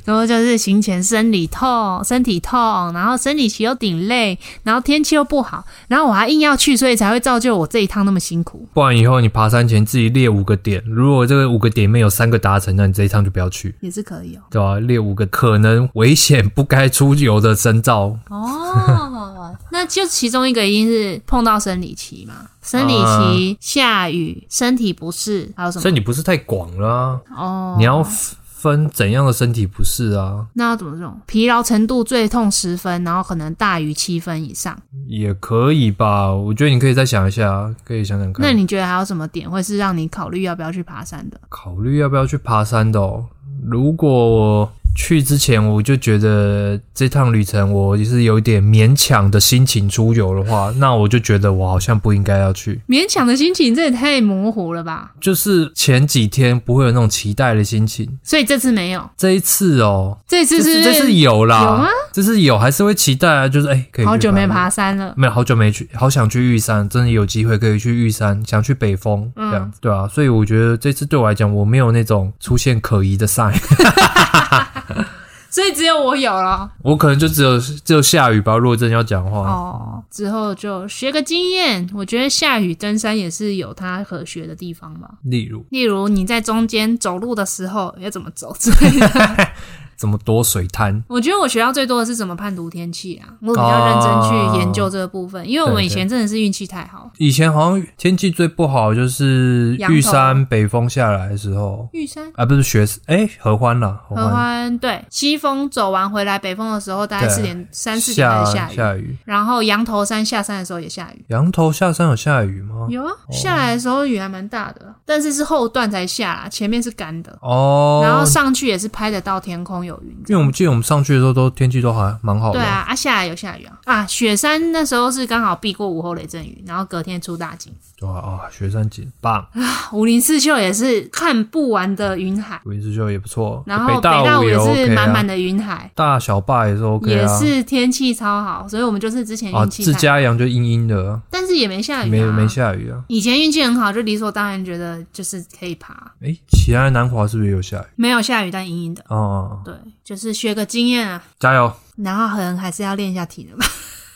[SPEAKER 1] 然后就是行前生理痛、身体痛，然后生理期又顶累，然后天气又不好，然后我还硬要去，所以才会造就我这一趟那么辛苦。
[SPEAKER 2] 不然以后你爬山前自己列五个点，如果这个五个点里面有三个达成，那你这一趟就不要去，
[SPEAKER 1] 也是可 以哦。
[SPEAKER 2] 对吧、列五个可能危险不该出游的征兆，
[SPEAKER 1] 哦，那就其中一个一定是碰到生理期嘛，生理期、下雨、身体不适，还有什
[SPEAKER 2] 啊
[SPEAKER 1] 么？
[SPEAKER 2] 所以你不是太广了啊、
[SPEAKER 1] 哦，
[SPEAKER 2] 你要分怎样的身体不适啊，
[SPEAKER 1] 那要怎么用？疲劳程度最痛十分，然后可能大于七分以上。
[SPEAKER 2] 也可以吧？我觉得你可以再想一下，可以想想看。
[SPEAKER 1] 那你觉得还有什么点会是让你考虑要不要去爬山的？
[SPEAKER 2] 考虑要不要去爬山的哦。如果去之前我就觉得这趟旅程我就是有一点勉强的心情出游的话，那我就觉得我好像不应该要去。
[SPEAKER 1] 勉强的心情，这也太模糊了吧？
[SPEAKER 2] 就是前几天不会有那种期待的心情，
[SPEAKER 1] 所以这次没有，
[SPEAKER 2] 这一次哦，
[SPEAKER 1] 这次是
[SPEAKER 2] 这次
[SPEAKER 1] 不
[SPEAKER 2] 这次有啦，
[SPEAKER 1] 有吗？
[SPEAKER 2] 这次有还是会期待啊，就是哎、可以
[SPEAKER 1] 好
[SPEAKER 2] 去
[SPEAKER 1] 久没
[SPEAKER 2] 爬
[SPEAKER 1] 爬山了。
[SPEAKER 2] 没有好久没去，好想去玉山，真的有机会可以去玉山，想去北峰
[SPEAKER 1] 嗯
[SPEAKER 2] 这样，对啊，所以我觉得这次对我来讲，我没有那种出现可疑的 sign，
[SPEAKER 1] 所以只有我有了
[SPEAKER 2] 我可能就只有只有下雨吧。如果真的要讲的话，
[SPEAKER 1] 哦。之后就学个经验，我觉得下雨登山也是有它可学的地方吧。
[SPEAKER 2] 例如
[SPEAKER 1] 例如你在中间走路的时候要怎么走之类的。
[SPEAKER 2] 怎么躲水滩，
[SPEAKER 1] 我觉得我学到最多的是怎么判读天气啊，我比较认真去研究这个部分，因为我们以前真的是运气太好。
[SPEAKER 2] 以前好像天气最不好就是
[SPEAKER 1] 羊头
[SPEAKER 2] 玉山北风下来的时候
[SPEAKER 1] 玉山、
[SPEAKER 2] 啊，不是雪哎合欢啦，合
[SPEAKER 1] 合欢，对，西风走完回来，北风的时候大概
[SPEAKER 2] 对
[SPEAKER 1] 四点、三四点开
[SPEAKER 2] 下
[SPEAKER 1] 始下雨，
[SPEAKER 2] 下雨，
[SPEAKER 1] 然后羊头山下山的时候也下雨。
[SPEAKER 2] 羊头下山有下雨吗？
[SPEAKER 1] 有啊，下来的时候雨还蛮大的，但是是后段才下啦，前面是干的。
[SPEAKER 2] 哦，
[SPEAKER 1] 然后上去也是拍得到天空有云，
[SPEAKER 2] 因为我们记得我们上去的时候都天气都还蛮好的，
[SPEAKER 1] 对啊啊下来有下雨啊啊雪山那时候是刚好避过午后雷阵雨，然后隔天出大景，
[SPEAKER 2] 对啊，啊雪山景 棒。
[SPEAKER 1] 啊五零四秀也是看不完的云海，
[SPEAKER 2] 五一之秀也不错，
[SPEAKER 1] 然后
[SPEAKER 2] 大
[SPEAKER 1] 大
[SPEAKER 2] 也
[SPEAKER 1] 也
[SPEAKER 2] OK
[SPEAKER 1] 是
[SPEAKER 2] 啊
[SPEAKER 1] 满满的云海，
[SPEAKER 2] 大小坝也是 OK
[SPEAKER 1] 也
[SPEAKER 2] 啊，
[SPEAKER 1] 是天气超好，所以我们就是之前
[SPEAKER 2] 啊，
[SPEAKER 1] 运气
[SPEAKER 2] 自
[SPEAKER 1] 太，
[SPEAKER 2] 家阳就阴阴的，
[SPEAKER 1] 但是也没下雨、啊，
[SPEAKER 2] 没没。下雨啊。
[SPEAKER 1] 以前运气很好，就理所当然觉得就是可以爬，
[SPEAKER 2] 诶，其他的南华是不是也有下雨？
[SPEAKER 1] 没有下雨但阴阴的，
[SPEAKER 2] 哦、
[SPEAKER 1] 对，就是学个经验啊。
[SPEAKER 2] 加油
[SPEAKER 1] 然后可能还是要练一下体能 吧。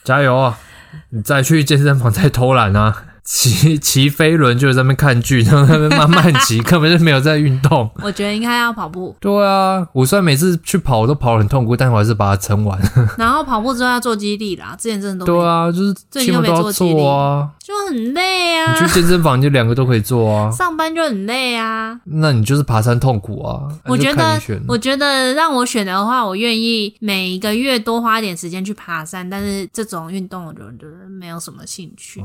[SPEAKER 2] 加油啊！你再去健身房再偷懒啊！骑骑飞轮就在那边看剧， 然后在那边慢慢骑，根本就没有在运动。
[SPEAKER 1] 我觉得应该要跑步，
[SPEAKER 2] 对啊，我虽然每次去跑都跑得很痛苦，但我还是把它撑完。
[SPEAKER 1] 然后跑步之后要做肌力啦。之前真的都没
[SPEAKER 2] 对啊，就是
[SPEAKER 1] 最
[SPEAKER 2] 起
[SPEAKER 1] 近
[SPEAKER 2] 码
[SPEAKER 1] 又
[SPEAKER 2] 都
[SPEAKER 1] 没
[SPEAKER 2] 要
[SPEAKER 1] 做肌力
[SPEAKER 2] 做 啊。
[SPEAKER 1] 就很累啊
[SPEAKER 2] 你，去健身房，你就两个都可以做啊。
[SPEAKER 1] 上班就很累啊。
[SPEAKER 2] 那你就是爬山痛苦啊！
[SPEAKER 1] 我
[SPEAKER 2] 那就
[SPEAKER 1] 觉
[SPEAKER 2] 看你
[SPEAKER 1] 得
[SPEAKER 2] 选，
[SPEAKER 1] 我觉得让我选的话，我愿意每一个月多花一点时间去爬山，但是这种运动我就觉得没有什么兴
[SPEAKER 2] 哦
[SPEAKER 1] 趣。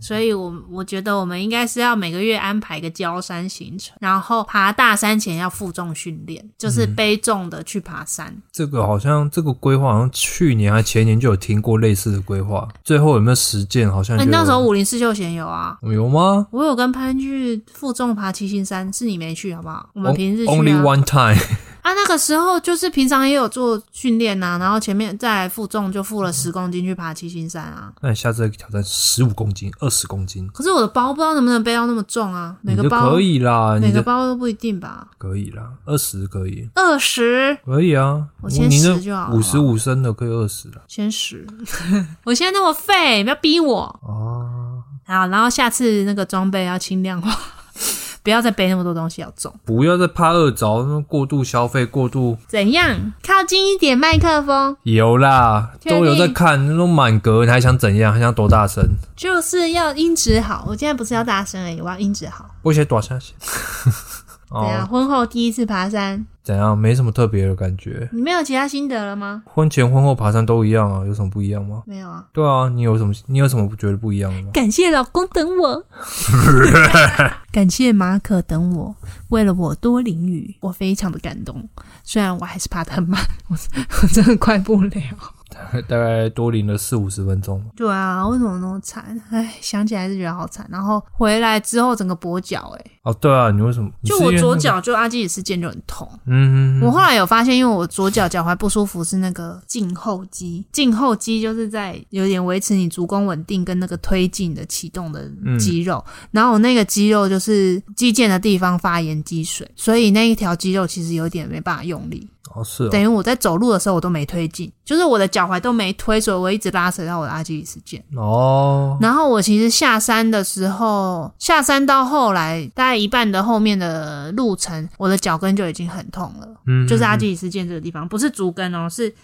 [SPEAKER 1] 所以我，我觉得我们应该是要每个月安排一个郊山行程，然后爬大山前要负重训练，就是
[SPEAKER 2] 嗯
[SPEAKER 1] 背重的去爬山。
[SPEAKER 2] 这个好像这个规划，好像去年还前年就有听过类似的规划，最后有没有实践？好像
[SPEAKER 1] 哎、
[SPEAKER 2] 就
[SPEAKER 1] 那时候武林四秀贤有啊，
[SPEAKER 2] 有吗
[SPEAKER 1] 我有跟潘去负重爬七星山，是你没去好不好？我们平日去、啊、
[SPEAKER 2] 哦？Only one time，
[SPEAKER 1] 啊，那个时候就是平常也有做训练呐，然后前面再来负重就负了十公斤去爬七星山啊。
[SPEAKER 2] 那你下次可以挑战十五公斤、二十公斤，
[SPEAKER 1] 可是我的包不知道能不能背到那么重啊，每
[SPEAKER 2] 你
[SPEAKER 1] 个
[SPEAKER 2] 就
[SPEAKER 1] 包
[SPEAKER 2] 可以啦，
[SPEAKER 1] 每
[SPEAKER 2] 你
[SPEAKER 1] 个
[SPEAKER 2] 的
[SPEAKER 1] 包都不一定吧。
[SPEAKER 2] 可以啦，二十可以，
[SPEAKER 1] 二十
[SPEAKER 2] 可以啊，
[SPEAKER 1] 我先
[SPEAKER 2] 你
[SPEAKER 1] 10就好
[SPEAKER 2] 那
[SPEAKER 1] 了
[SPEAKER 2] 五十五升的可以二十了
[SPEAKER 1] 先 十，我现在那么废，不要逼我。
[SPEAKER 2] 啊，
[SPEAKER 1] 好，然后下次那个装备要轻量化， 不要再背那么多东西，要重。
[SPEAKER 2] 不要再怕饿着，那过度消费、过度
[SPEAKER 1] 怎样？靠近一点麦克风，
[SPEAKER 2] 有啦，
[SPEAKER 1] 确定
[SPEAKER 2] 都有在看，那都满格，你还想怎样？还想多大声？
[SPEAKER 1] 就是要音质好。我现在不是要大声而已，我要音质好。
[SPEAKER 2] 我先躲下去。
[SPEAKER 1] 怎样？
[SPEAKER 2] 哦，
[SPEAKER 1] 婚后第一次爬山，
[SPEAKER 2] 怎样？没什么特别的感觉。
[SPEAKER 1] 你没有其他心得了吗？
[SPEAKER 2] 婚前婚后爬山都一样啊，有什么不一样吗？
[SPEAKER 1] 没有啊。
[SPEAKER 2] 对啊，你有什么你有什么不觉得不一样的吗？
[SPEAKER 1] 感谢老公等 我，感谢马可等我，为了我多淋雨，我非常的感动。虽然我还是爬得很慢，我我真的快不了。
[SPEAKER 2] 大概多淋了四五十分钟吧。
[SPEAKER 1] 对啊，为什么那么惨？哎，想起来还是觉得好惨。然后回来之后，整个跛脚，哎，
[SPEAKER 2] 哦，对啊，你为什么？
[SPEAKER 1] 就
[SPEAKER 2] 你是
[SPEAKER 1] 我
[SPEAKER 2] 因为
[SPEAKER 1] 左
[SPEAKER 2] 那个，
[SPEAKER 1] 脚就阿基里斯腱就很痛。
[SPEAKER 2] 嗯，嗯
[SPEAKER 1] 我
[SPEAKER 2] 嗯
[SPEAKER 1] 后来有发现，因为我左脚脚踝不舒服是那个胫后肌，胫后肌就是在有点维持你足弓稳定跟那个推进的启动的肌肉，
[SPEAKER 2] 嗯
[SPEAKER 1] 然后我那个肌肉就是肌腱的地方发炎积水，所以那一条肌肉其实有点没办法用力，
[SPEAKER 2] 哦是哦
[SPEAKER 1] 等于我在走路的时候我都没推进，就是我的脚踝都没推，所以我一直拉扯到我的阿基里斯腱。
[SPEAKER 2] 哦，
[SPEAKER 1] 然后我其实下山的时候，下山到后来大概一半的后面的路程，我的脚跟就已经很痛了。
[SPEAKER 2] 嗯，
[SPEAKER 1] 就是阿
[SPEAKER 2] 嗯
[SPEAKER 1] 基里斯腱这个地方，不是足跟哦，是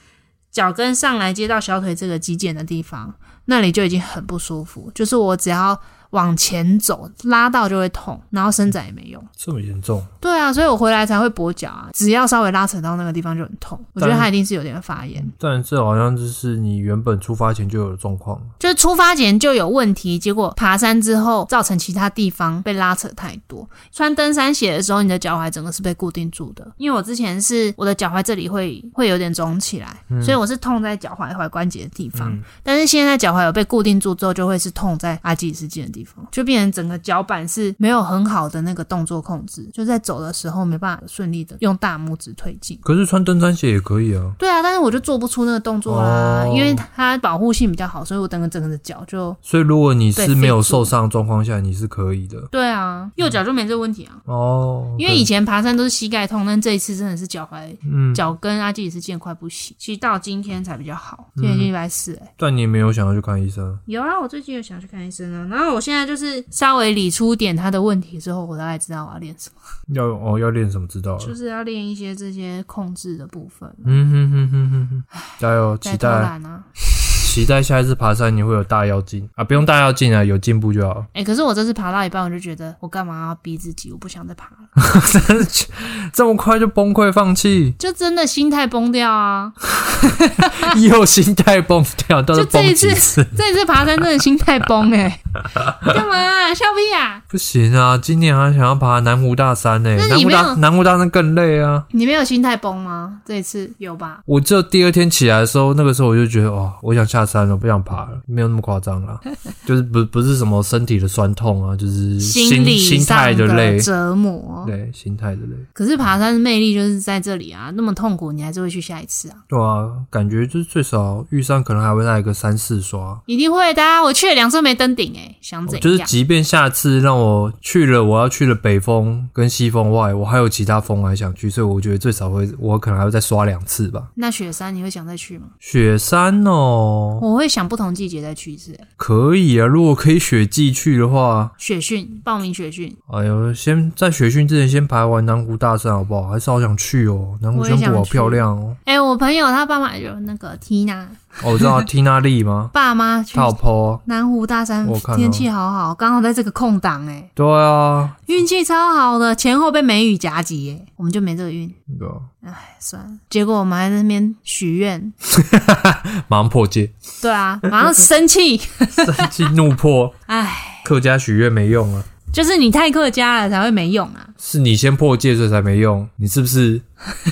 [SPEAKER 1] 脚跟上来接到小腿这个肌腱的地方，那里就已经很不舒服。就是我只要往前走，拉到就会痛，然后伸展也没用。
[SPEAKER 2] 这么严重？
[SPEAKER 1] 对啊，所以我回来才会跛脚啊，只要稍微拉扯到那个地方就很痛。我觉得它一定是有点发炎，
[SPEAKER 2] 但这好像就是你原本出发前就有的状况。
[SPEAKER 1] 就是出发前就有问题，结果爬山之后造成其他地方被拉扯太多。穿登山鞋的时候，你的脚踝整个是被固定住的，因为我之前是我的脚踝这里会会有点肿起来，所以我是痛在脚踝踝关节的地方。
[SPEAKER 2] 嗯
[SPEAKER 1] 但是现在脚踝有被固定住之后，就会是痛在阿基里斯腱的地方，就变成整个脚板是没有很好的那个动作控制，就在走的时候没办法顺利的用大拇指推进。
[SPEAKER 2] 可是穿登山鞋也可以啊。
[SPEAKER 1] 对啊，但是我就做不出那个动作啦，
[SPEAKER 2] 哦
[SPEAKER 1] 因为它保护性比较好，所以我整个整个的脚就
[SPEAKER 2] 所以如果你
[SPEAKER 1] 对
[SPEAKER 2] 是没有
[SPEAKER 1] 非主
[SPEAKER 2] 受伤的状况下，你是可以的。
[SPEAKER 1] 对啊，右脚就没这问题啊。
[SPEAKER 2] 哦，
[SPEAKER 1] 因为
[SPEAKER 2] OK
[SPEAKER 1] 以前爬山都是膝盖痛，但这一次真的是脚踝、
[SPEAKER 2] 嗯，
[SPEAKER 1] 脚跟阿基里斯腱快不行，其实到今天才比较好。
[SPEAKER 2] 嗯
[SPEAKER 1] 今天已经礼拜四了
[SPEAKER 2] 但你没有想要去看医生，
[SPEAKER 1] 有啊，我最近有想去看医生啊，然后我现在就是稍微理出点他的问题之后，我大概知道我要练什么，
[SPEAKER 2] 要哦要练什么知道
[SPEAKER 1] 就
[SPEAKER 2] 了。
[SPEAKER 1] 是要练一些这些控制的部分，
[SPEAKER 2] 嗯哼哼哼哼哼，加油！
[SPEAKER 1] 再
[SPEAKER 2] 期
[SPEAKER 1] 偷
[SPEAKER 2] 待
[SPEAKER 1] 懒啊。
[SPEAKER 2] 期待下一次爬山你会有大妖精啊，不用大妖精啊，有进步就好。
[SPEAKER 1] 哎、可是我这次爬到一半，我就觉得我干嘛要逼自己，我不想再爬了，
[SPEAKER 2] 这么快就崩溃 放弃，
[SPEAKER 1] 就真的心态崩掉啊！
[SPEAKER 2] 又心态崩掉，到底
[SPEAKER 1] 就这
[SPEAKER 2] 崩
[SPEAKER 1] 一
[SPEAKER 2] 几次？
[SPEAKER 1] 这次爬山真的心态崩哎、 干嘛、啊、笑屁啊？
[SPEAKER 2] 不行啊，今年还想要爬南湖大山呢、
[SPEAKER 1] 那
[SPEAKER 2] 南
[SPEAKER 1] 你
[SPEAKER 2] 湖
[SPEAKER 1] 没有
[SPEAKER 2] 大南湖大山更累啊。
[SPEAKER 1] 你没有心态崩吗？这一次有吧？
[SPEAKER 2] 我只有第二天起来的时候，那个时候我就觉得哦，我想下山了，不想爬了，没有那么夸张 啦，就是不不是什么身体的酸痛啊，就是心
[SPEAKER 1] 理
[SPEAKER 2] 心
[SPEAKER 1] 上
[SPEAKER 2] 态的累，
[SPEAKER 1] 折磨。
[SPEAKER 2] 对，心态的累，
[SPEAKER 1] 可是爬山的魅力就是在这里啊，那么痛苦，你还是会去下一次啊，
[SPEAKER 2] 对啊，感觉就是最少遇上可能还会来个三四刷。
[SPEAKER 1] 一定会的、啊。我去了两次没登顶、欸，想怎样？
[SPEAKER 2] 就是即便下次让我去了我要去了北峰跟西峰外，我还有其他峰还想去，所以我觉得最少会我可能还会再刷两次吧。
[SPEAKER 1] 那雪山你会想再去吗？
[SPEAKER 2] 雪山哦，
[SPEAKER 1] 我会想不同季节再去一次、欸。
[SPEAKER 2] 可以啊，如果可以雪季去的话，
[SPEAKER 1] 雪训报名雪训，
[SPEAKER 2] 哎呦，先在学训之前先排完南湖大山好不好？还是好想去哦，南湖
[SPEAKER 1] 我也
[SPEAKER 2] 宣
[SPEAKER 1] 想
[SPEAKER 2] 布好
[SPEAKER 1] 去
[SPEAKER 2] 漂亮哦。
[SPEAKER 1] 哎、我朋友他爸妈有那个 Tina
[SPEAKER 2] 哦，我知道缇娜 丽吗？
[SPEAKER 1] 爸妈去
[SPEAKER 2] 她有 po 啊。
[SPEAKER 1] 南湖大山
[SPEAKER 2] 我看，到
[SPEAKER 1] 天气好好，刚好在这个空档、欸，哎，
[SPEAKER 2] 对啊，
[SPEAKER 1] 运气超好的，前后被梅雨夹击，哎，我们就没这个运。
[SPEAKER 2] 对啊，
[SPEAKER 1] 哎，算了，结果我们还在那边许愿，
[SPEAKER 2] 马上破 戒，
[SPEAKER 1] 对啊，马上生气，
[SPEAKER 2] 生气怒破。
[SPEAKER 1] 哎，
[SPEAKER 2] 客家许愿没用啊，
[SPEAKER 1] 就是你太客家了才会没用啊，
[SPEAKER 2] 是你先破戒所以才没用，你是不是？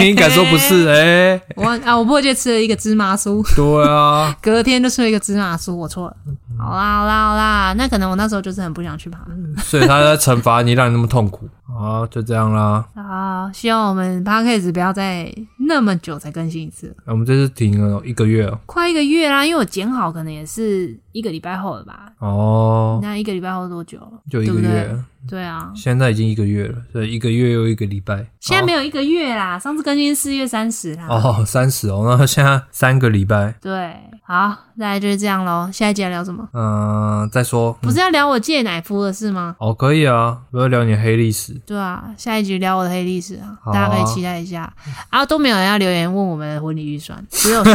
[SPEAKER 2] 你敢说不是？ 哎、
[SPEAKER 1] 我啊，我破戒吃了一个芝麻酥，
[SPEAKER 2] 对啊，
[SPEAKER 1] 隔天就吃了一个芝麻酥，我错了，
[SPEAKER 2] 嗯
[SPEAKER 1] 好啦好啦好啦，那可能我那时候就是很不想去爬
[SPEAKER 2] 所以他在惩罚你，让你那么痛苦啊，就这样啦。
[SPEAKER 1] 啊，希望我们 p a c k a g e 不要再那么久才更新一次，
[SPEAKER 2] 我们这次停了一个月哦
[SPEAKER 1] 快一个月啦，因为我剪好可能也是一个礼拜后了吧，
[SPEAKER 2] 哦，嗯
[SPEAKER 1] 那一个礼拜后多久了？
[SPEAKER 2] 就一个
[SPEAKER 1] 对不对
[SPEAKER 2] 月，
[SPEAKER 1] 对啊，
[SPEAKER 2] 现在已经一个月了，所以一个月又一个礼拜。
[SPEAKER 1] 现在没有一个月啦，上次更新四月三十啦。
[SPEAKER 2] 哦，三十哦，那现在三个礼拜，
[SPEAKER 1] 对，好，大概就是这样喽。下一集要聊什么？
[SPEAKER 2] 嗯、再说，
[SPEAKER 1] 不是要聊我戒奶夫的事吗？
[SPEAKER 2] 哦，可以啊，不要聊你的黑历史，
[SPEAKER 1] 对啊，下一集聊我的黑历史啊，
[SPEAKER 2] 好啊
[SPEAKER 1] 大家可以期待一下。啊，都没有人要留言问我们的婚礼预算，只 有树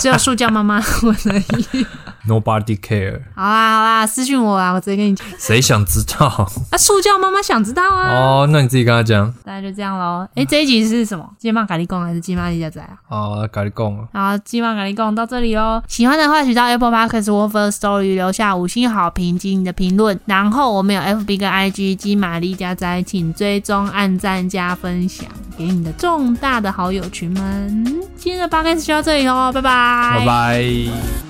[SPEAKER 1] 只有树匠妈妈问而已。
[SPEAKER 2] ，Nobody care，
[SPEAKER 1] 好啦好啦，私信我啊，我直接跟你讲。
[SPEAKER 2] 谁想知道？
[SPEAKER 1] 啊，树匠妈妈想知道啊，
[SPEAKER 2] 哦，那你自己跟他讲
[SPEAKER 1] 大概就这样喽。诶，这一集是什么？金马咖喱贡还是金马利家仔啊？
[SPEAKER 2] 啊，咖喱贡啊，
[SPEAKER 1] 好，今晚咖喱贡到这里喽。喜欢的话，请到 Apple Podcast、w o r f e r Story 留下五星好评及你的评论。然后我们有 FB 跟 IG 金玛丽加宅，请追踪、按赞、加分享给你的哦重大的好友群们。今天的 Podcast 就到这里喽，拜拜，
[SPEAKER 2] 拜拜